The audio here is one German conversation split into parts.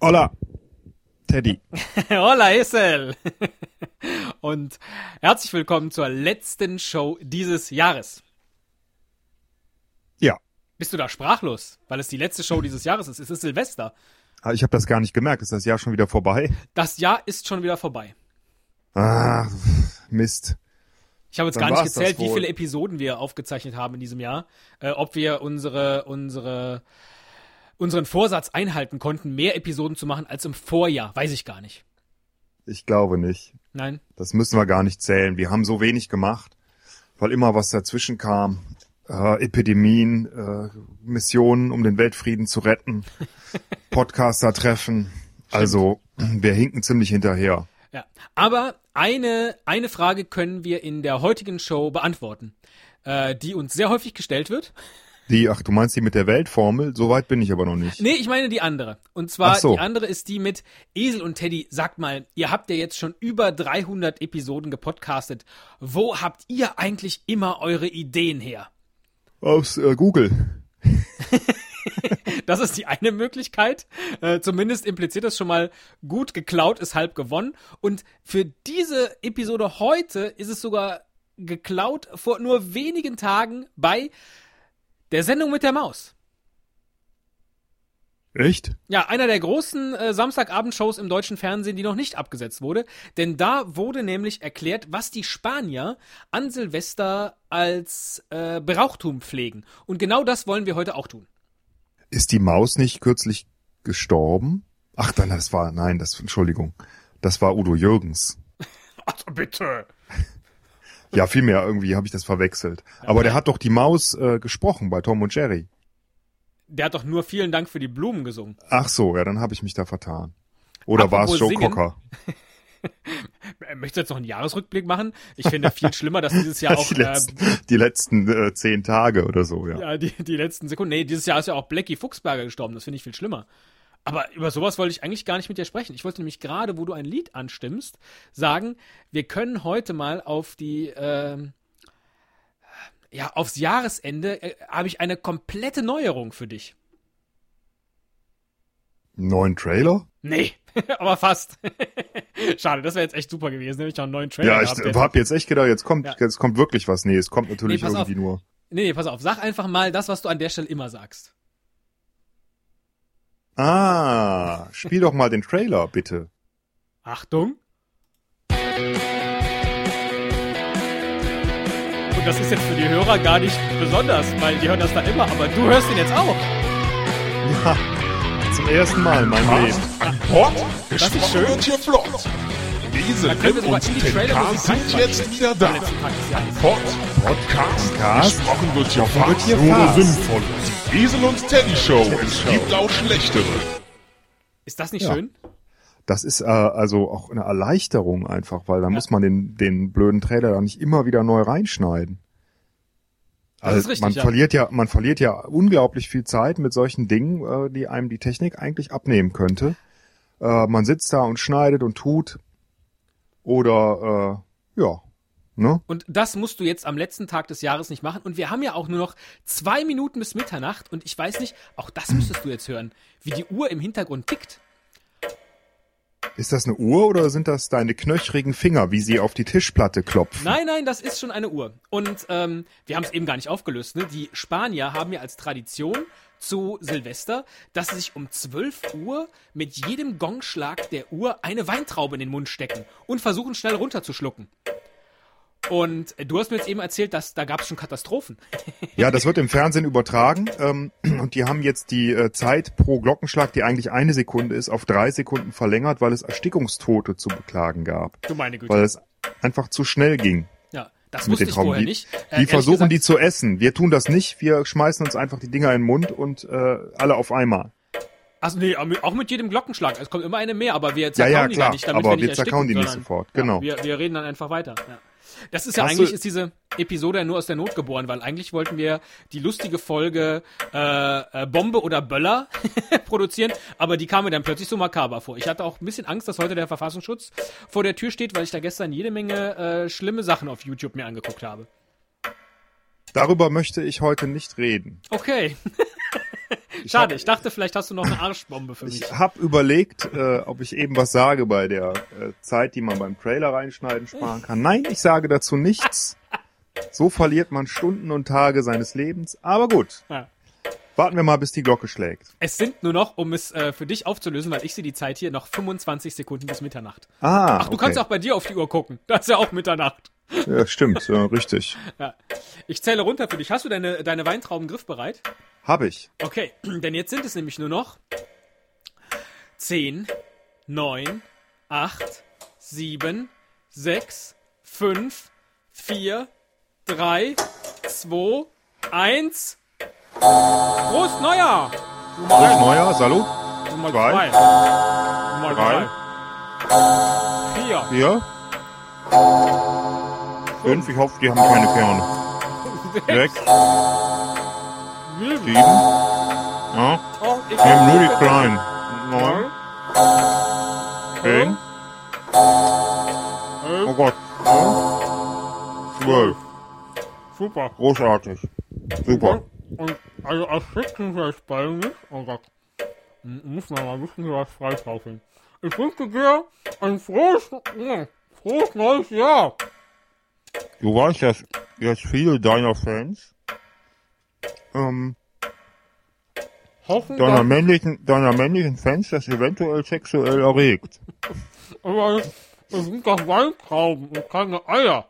Hola, Teddy. Hola Isel! Und herzlich willkommen zur letzten Show dieses Jahres. Ja, Bist du da sprachlos? Weil es die letzte Show dieses Jahres ist. Es ist Silvester. ah, ich habe das gar nicht gemerkt. Ist das Jahr schon wieder vorbei? Das Jahr ist schon wieder vorbei. Ah, Mist. Ich habe jetzt Dann gar nicht war's das gezählt, wie wohl. viele Episoden wir aufgezeichnet haben in diesem Jahr. Äh, ob wir unsere, unsere, unseren Vorsatz einhalten konnten, mehr Episoden zu machen als im Vorjahr. Weiß ich gar nicht. Ich glaube nicht. Nein. Das müssen wir gar nicht zählen. Wir haben so wenig gemacht, weil immer was dazwischen kam. Äh, Epidemien, äh, Missionen, um den Weltfrieden zu retten, Podcaster-Treffen. Also, wir hinken ziemlich hinterher. Ja, aber eine, eine Frage können wir in der heutigen Show beantworten, äh, die uns sehr häufig gestellt wird. Die, ach, du meinst die mit der Weltformel? So weit bin ich aber noch nicht. Nee, ich meine die andere. Und zwar, Ach so. die andere ist die mit Esel und Teddy. Sagt mal, ihr habt ja jetzt schon über 300 Episoden gepodcastet. Wo habt ihr eigentlich immer eure Ideen her? Aus äh, Google. Das ist die eine Möglichkeit. Äh, zumindest impliziert das schon mal gut geklaut, ist halb gewonnen. Und für diese Episode heute ist es sogar geklaut vor nur wenigen Tagen bei der Sendung mit der Maus. Echt? Ja, einer der großen äh, Samstagabendshows im deutschen Fernsehen, die noch nicht abgesetzt wurde. Denn da wurde nämlich erklärt, was die Spanier an Silvester als äh, Brauchtum pflegen. Und genau das wollen wir heute auch tun. Ist die Maus nicht kürzlich gestorben? Ach, dann, das war, nein, das, Entschuldigung. Das war Udo Jürgens. Ach, bitte. Ja, vielmehr irgendwie habe ich das verwechselt. Aber der hat doch die Maus äh, gesprochen bei Tom und Jerry. Der hat doch nur vielen Dank für die Blumen gesungen. Ach so, ja, dann habe ich mich da vertan. Oder war es Apropos Joe singen. Cocker? Äh, Möchtest du jetzt noch einen Jahresrückblick machen? Ich finde viel schlimmer, dass dieses Jahr auch die äh, letzten, die letzten äh, zehn Tage oder so, ja. ja, die, die letzten Sekunden. Nee, dieses Jahr ist ja auch Blackie Fuchsberger gestorben. Das finde ich viel schlimmer. Aber über sowas wollte ich eigentlich gar nicht mit dir sprechen. Ich wollte nämlich gerade, wo du ein Lied anstimmst, sagen, wir können heute mal auf die, ähm, ja, aufs Jahresende äh, habe ich eine komplette Neuerung für dich. Neuen Trailer? Nee, aber fast. Schade, das wäre jetzt echt super gewesen, nämlich noch einen neuen Ja, Trailer. ich äh, gehabt hätte. habe jetzt echt gedacht, jetzt kommt, Ja. jetzt kommt wirklich was. Nee, es kommt natürlich Nee, pass auf. irgendwie nur. Nee, nee, pass auf, sag einfach mal das, was du an der Stelle immer sagst. Ah, spiel doch mal den Trailer, bitte. Achtung! Und das ist jetzt für die Hörer gar nicht besonders, weil die hören das dann immer, aber du hörst ihn jetzt auch. Ja, zum ersten Mal in meinem Leben. Ein Pott, ist gesprochen schön. wird hier flott. Diese Dann können wir sogar Lipp und in die Trailer Tenkan sind jetzt wieder da. Pott, Podcast, Podcast. gesprochen wird hier fast hier nur fast. sinnvoll. Die Esel und Teddy Show, es gibt auch schlechtere. Ist das nicht Ja. schön? Das ist äh, also auch eine Erleichterung einfach, weil da muss man den, den blöden Trailer da nicht immer wieder neu reinschneiden. Also Das ist richtig, man ja. verliert ja, man verliert ja unglaublich viel Zeit mit solchen Dingen, äh, die einem die Technik eigentlich abnehmen könnte. Äh, man sitzt da und schneidet und tut oder äh, ja, ne? Und das musst du jetzt am letzten Tag des Jahres nicht machen. Und wir haben ja auch nur noch zwei Minuten bis Mitternacht. Und ich weiß nicht, auch das müsstest du jetzt hören, wie die Uhr im Hintergrund tickt. Ist das eine Uhr oder sind das deine knöchrigen Finger, wie sie auf die Tischplatte klopfen? Nein, nein, das ist schon eine Uhr. Und ähm, wir haben es eben gar nicht aufgelöst. Ne? Die Spanier haben ja als Tradition zu Silvester, dass sie sich um 12 Uhr mit jedem Gongschlag der Uhr eine Weintraube in den Mund stecken und versuchen schnell runterzuschlucken. Und äh, du hast mir jetzt eben erzählt, dass da gab es schon Katastrophen. Ja, das wird im Fernsehen übertragen ähm, und die haben jetzt die äh, Zeit pro Glockenschlag, die eigentlich eine Sekunde ist, auf drei Sekunden verlängert, weil es Erstickungstote zu beklagen gab, Du meine Güte. weil es einfach zu schnell ging ja, das mit wusste den ich Trauben. vorher Die, nicht. Äh, die ehrlich versuchen gesagt, die zu essen. Wir tun das nicht. Wir schmeißen uns einfach die Dinger in den Mund und äh, alle auf einmal. Also nee, auch mit jedem Glockenschlag. Es kommt immer eine mehr, aber wir Ja, zerkauen ja, die gar klar. nicht, damit Aber wir nicht wir zerkauen die ersticken, nicht sondern- sofort. Genau. Ja, wir, wir reden dann einfach weiter. Ja. Das ist ja Hast eigentlich, du- ist diese Episode ja nur aus der Not geboren, weil eigentlich wollten wir die lustige Folge äh, äh, Bombe oder Böller produzieren, aber die kam mir dann plötzlich so makaber vor. Ich hatte auch ein bisschen Angst, dass heute der Verfassungsschutz vor der Tür steht, weil ich da gestern jede Menge äh, schlimme Sachen auf YouTube mir angeguckt habe. Darüber möchte ich heute nicht reden. Okay. Ich Schade, hab- ich dachte, vielleicht hast du noch eine Arschbombe für mich. Ich habe überlegt, äh, ob ich eben was sage bei der äh, Zeit, die man beim Trailer reinschneiden sparen kann. Nein, ich sage dazu nichts. So verliert man Stunden und Tage seines Lebens. Aber gut, Ja. warten wir mal, bis die Glocke schlägt. Es sind nur noch, um es äh, für dich aufzulösen, weil ich sehe die Zeit hier, noch 25 Sekunden bis Mitternacht. Ah, Ach, du okay. kannst auch bei dir auf die Uhr gucken. Da ist ja auch Mitternacht. Ja, stimmt, ja, richtig. Ja. Ich zähle runter für dich. Hast du deine, deine Weintrauben griffbereit? Hab ich. Okay, denn jetzt sind es nämlich nur noch 10, 9, 8, 7, 6, 5, 4, 3, 2, 1. Prost Neujahr! Frohes Neujahr, Salut. Mal Drei. zwei. Mal drei. Drei. Vier. Hier. Fünf, ich hoffe, die haben keine Ferne. Sechs, sieben. Ja, Oh, ich nehmen nur die kleinen. Neun. Zehn. Oh Gott. Zwölf. Super. Großartig. Super. Und also als Schützen für das Ball nicht. Oh Gott. M- Muss man mal wissen, was freischaufeln. Ich wünsche dir ein frohes, ja, frohes neues Jahr. Du weißt, dass jetzt viele deiner Fans ähm, Hoffen, deiner dass, männlichen, deiner männlichen Fans das eventuell sexuell erregt. aber das das sind doch Weintrauben und keine Eier.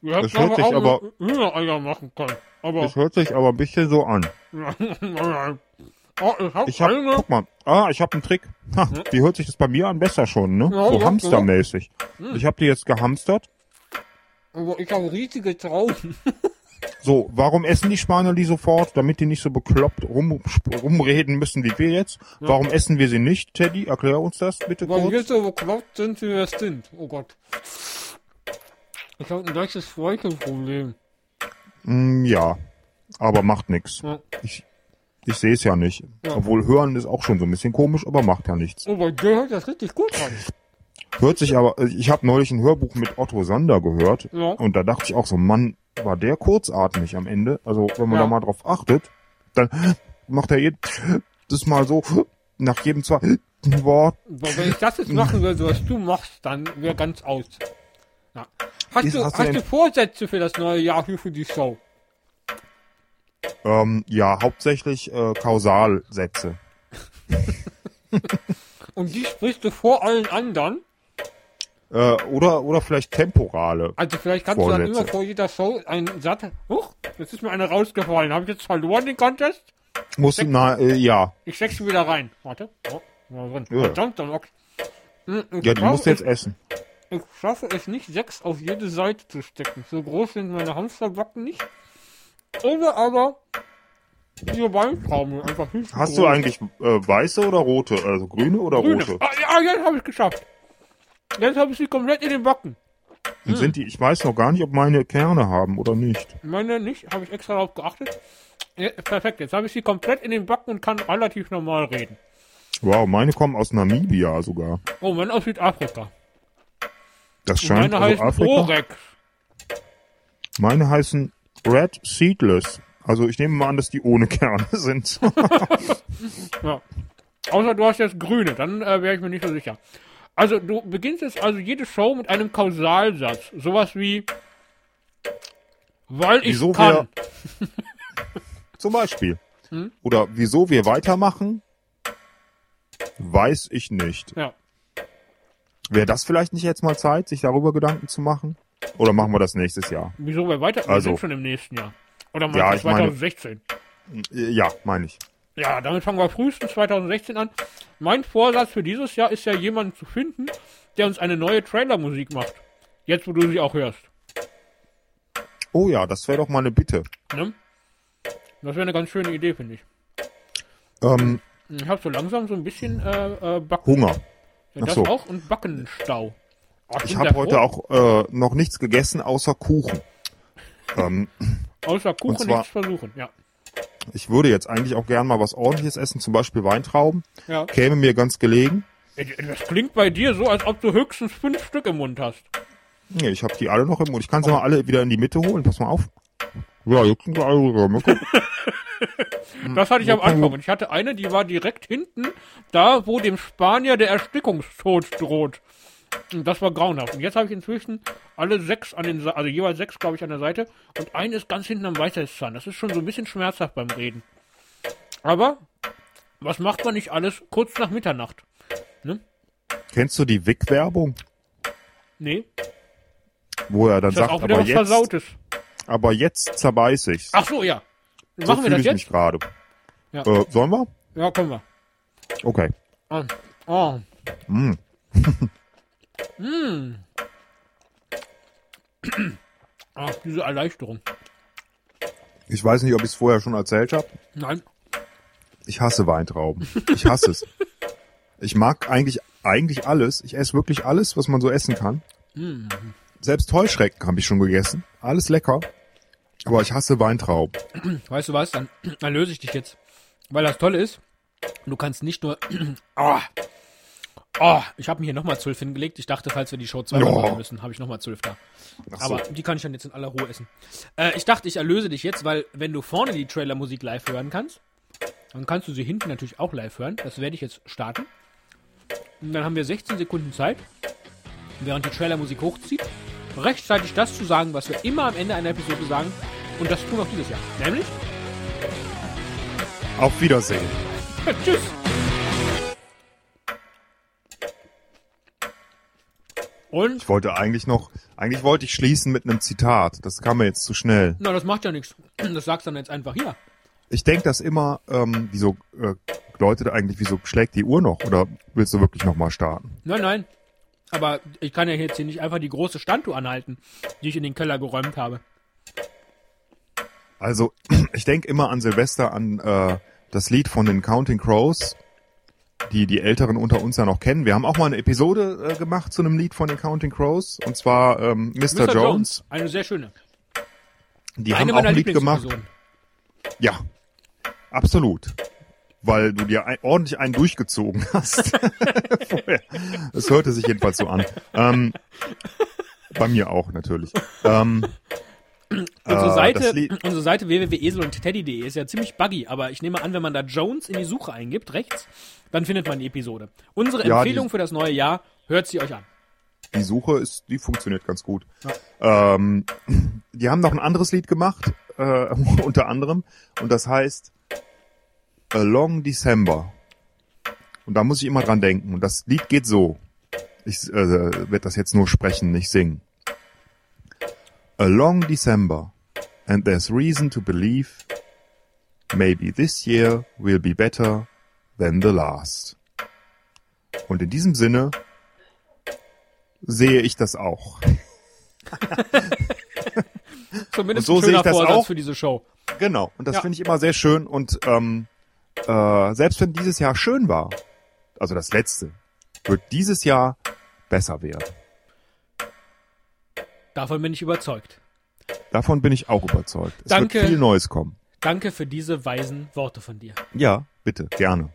Wir hätten Das hört sich aber- Hühnereier machen können. Aber, Das hört sich aber ein bisschen so an. nein. Oh, ich hab, Ich hab, eine, guck mal, ah, ich hab einen Trick. Ha, wie hört sich das bei mir an? Besser schon, ne? Ja, So ja, hamstermäßig. Ich hab die jetzt gehamstert. aber Oh ich habe riesige Trauben. So, warum essen die Spanier die sofort, damit die nicht so bekloppt rum, rumreden müssen wie wir jetzt? Warum essen wir sie nicht, Teddy? Erklär uns das bitte Weil wir kurz. so bekloppt sind, wie wir sind. Oh Gott. Ich habe ein leichtes Freichenproblem. Mm, ja, aber macht nix. Ja. Ich, ich sehe es ja nicht. Ja. Obwohl hören ist auch schon so ein bisschen komisch, aber macht ja nichts. Oh, bei dir hört das richtig gut an. Hört sich aber, ich habe neulich ein Hörbuch mit Otto Sander gehört Ja. und da dachte ich auch so, Mann, war der kurzatmig am Ende. Also wenn man Ja. da mal drauf achtet, dann macht er jedes das mal so nach jedem zwei Wort. Aber wenn ich das jetzt machen würde, was du machst, dann wäre ganz aus. Ja. Hast, Ist- du, hast du hast, denn- du Vorsätze für das neue Jahr hier für die Show? Ähm, ja, hauptsächlich äh, Kausalsätze. Und die sprichst du vor allen anderen? Äh, oder, oder vielleicht temporale. Also vielleicht kannst du Vorsätze. dann immer vor jeder Show einen Satz... Huch, jetzt ist mir einer rausgefallen. Habe ich jetzt verloren den Contest? Muss, na, äh, ja. Ich steck sie wieder rein. Warte. Oh, mal drin. Ja. Verdammt, dann okay. Hm, ich Ja, die glaube, musst du jetzt essen. Ich schaffe es nicht, sechs auf jede Seite zu stecken. So groß sind meine Hamsterbacken nicht. Oder aber diese Weintrauben sind einfach nicht Hast groß. du eigentlich äh, weiße oder rote? Also grüne oder Grüne. rote? Ah, ja, jetzt habe ich geschafft. Jetzt habe ich sie komplett in den Backen. Hm. Und sind die, ich weiß noch gar nicht, ob meine Kerne haben oder nicht. Meine nicht, habe ich extra darauf geachtet. Ja, perfekt, jetzt habe ich sie komplett in den Backen und kann relativ normal reden. Wow, meine kommen aus Namibia sogar. Oh, meine aus Südafrika. Das Und scheint meine also heißt Afrika. Orex. Meine heißen Red Seedless. Also ich nehme mal an, dass die ohne Kerne sind. Ja. Außer du hast jetzt grüne, dann äh, wäre ich mir nicht so sicher. Also du beginnst jetzt also jede Show mit einem Kausalsatz. Sowas wie weil ich Wieso kann. Zum Beispiel. Hm? Oder wieso wir weitermachen, weiß ich nicht. Ja. Wäre das vielleicht nicht jetzt mal Zeit, sich darüber Gedanken zu machen? Oder machen wir das nächstes Jahr? Wieso wir weiter? Also. wir sind schon im nächsten Jahr. Oder Ja, meinst du ich meine- 2016? Äh, Ja, meine ich. Ja, damit fangen wir frühestens 2016 an. Mein Vorsatz für dieses Jahr ist ja jemanden zu finden, der uns eine neue Trailermusik macht. Jetzt, wo du sie auch hörst. Oh ja, das wäre doch mal eine Bitte. Ne? Das wäre eine ganz schöne Idee, finde ich. Ähm, Ich habe so langsam so ein bisschen äh, äh, Backen. Hunger. Ja, das Ach so. auch und Backenstau. Oh, Ich bin habe sehr heute froh. auch äh, noch nichts gegessen außer Kuchen. Ähm, Außer und Kuchen zwar- nichts versuchen, ja. ich würde jetzt eigentlich auch gern mal was ordentliches essen, zum Beispiel Weintrauben. ja. Käme mir ganz gelegen. Das klingt bei dir so, als ob du höchstens fünf Stück im Mund hast. Nee, ich habe die alle noch im Mund. Ich kann sie mal alle wieder in die Mitte holen. Pass mal auf. Ja, jetzt sind sie alle wieder in der Mitte. Hm, Das hatte ich am Anfang. Und ich hatte eine, die war direkt hinten, da wo dem Spanier der Erstickungstod droht. Und das war grauenhaft. Und jetzt habe ich inzwischen alle sechs an den, Sa- also jeweils sechs, glaube ich, an der Seite. Und eine ist ganz hinten am Weisheitszahn. Das ist schon so ein bisschen schmerzhaft beim Reden. Aber was macht man nicht alles kurz nach Mitternacht? Kennst du die Wick-Werbung? Nee, ist Wo er dann das sagt, auch wieder aber was jetzt, Versautes. aber jetzt zerbeiß ich's. Ach so, ja. so Machen wir fühle das ich mich jetzt? gerade. Ja. Äh, sollen wir? Ja, können wir. Okay. Ah. Ah. Mm. Mm. Ach, Ah, diese Erleichterung. Ich weiß nicht, ob ich es vorher schon erzählt habe. Nein. Ich hasse Weintrauben. Ich hasse es. Ich mag eigentlich, eigentlich alles. Ich esse wirklich alles, was man so essen kann. Selbst Heuschrecken habe ich schon gegessen. Alles lecker. Aber ich hasse Weintrauben. Weißt du was? Dann, dann löse ich dich jetzt. Weil das Tolle ist, du kannst nicht nur. Ah. Ah. ich habe mir hier nochmal Zulf hingelegt. Ich dachte, falls wir die Show zweimal Ja. machen müssen, habe ich nochmal Zulf da. Ach so. Aber die kann ich dann jetzt in aller Ruhe essen. Äh, ich dachte, ich erlöse dich jetzt, weil wenn du vorne die Trailermusik live hören kannst, dann kannst du sie hinten natürlich auch live hören. Das werde ich jetzt starten. Und dann haben wir 16 Sekunden Zeit, während die Trailermusik hochzieht, rechtzeitig das zu sagen, was wir immer am Ende einer Episode sagen. Und das tun wir auch dieses Jahr. Nämlich. Auf Wiedersehen. Tschüss. Und? Ich wollte eigentlich noch, eigentlich wollte ich schließen mit einem Zitat. Das kam mir jetzt zu schnell. Na, das macht ja nichts. Das sagst du dann jetzt einfach hier. Ich denke das immer, ähm, wieso äh, Leute da eigentlich, wieso schlägt die Uhr noch? Oder willst du wirklich nochmal starten? Nein, nein. Aber ich kann ja jetzt hier nicht einfach die große Standuhr anhalten, die ich in den Keller geräumt habe. Also, ich denke immer an Silvester, an äh, das Lied von den Counting Crows, die die Älteren unter uns ja noch kennen. Wir haben auch mal eine Episode äh, gemacht zu einem Lied von den Counting Crows, und zwar ähm, Mr. Jones. Eine sehr schöne. Die eine haben auch ein Lied gemacht. Lieblingsepisoden. Ja, absolut. Weil du dir ein, ordentlich einen durchgezogen hast. Vorher. Es hörte sich jedenfalls so an. Ähm, bei mir auch natürlich. Ähm, Unsere äh, das Seite, Lied- unsere Seite www.esel und teddy.de ist ja ziemlich buggy, aber ich nehme an, wenn man da Jones in die Suche eingibt, rechts, dann findet man die Episode. Unsere Ja, die- Empfehlung für das neue Jahr, hört sie euch an. die Suche ist, die funktioniert ganz gut. Ähm, die haben noch ein anderes Lied gemacht, äh, unter anderem, und das heißt A Long December. Und da muss ich immer dran denken. Und das Lied geht so. Ich äh, werde das jetzt nur sprechen, nicht singen. A long December, and there's reason to believe maybe this year will be better than the last. Und in diesem Sinne sehe ich das auch. Zumindest Und so ein schöner sehe ich das Vorsatz auch. für diese Show. Genau, und das Ja. finde ich immer sehr schön. Und ähm, äh, selbst wenn dieses Jahr schön war, also das letzte, wird dieses Jahr besser werden. Davon bin ich überzeugt. Davon bin ich auch überzeugt. Es Danke. wird viel Neues kommen. Danke für diese weisen Worte von dir. Ja, bitte, gerne.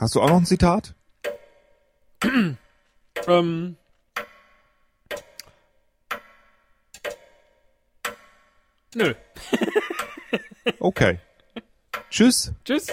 Hast du auch noch ein Zitat? Ähm. Nö. Okay. Tschüss. Tschüss.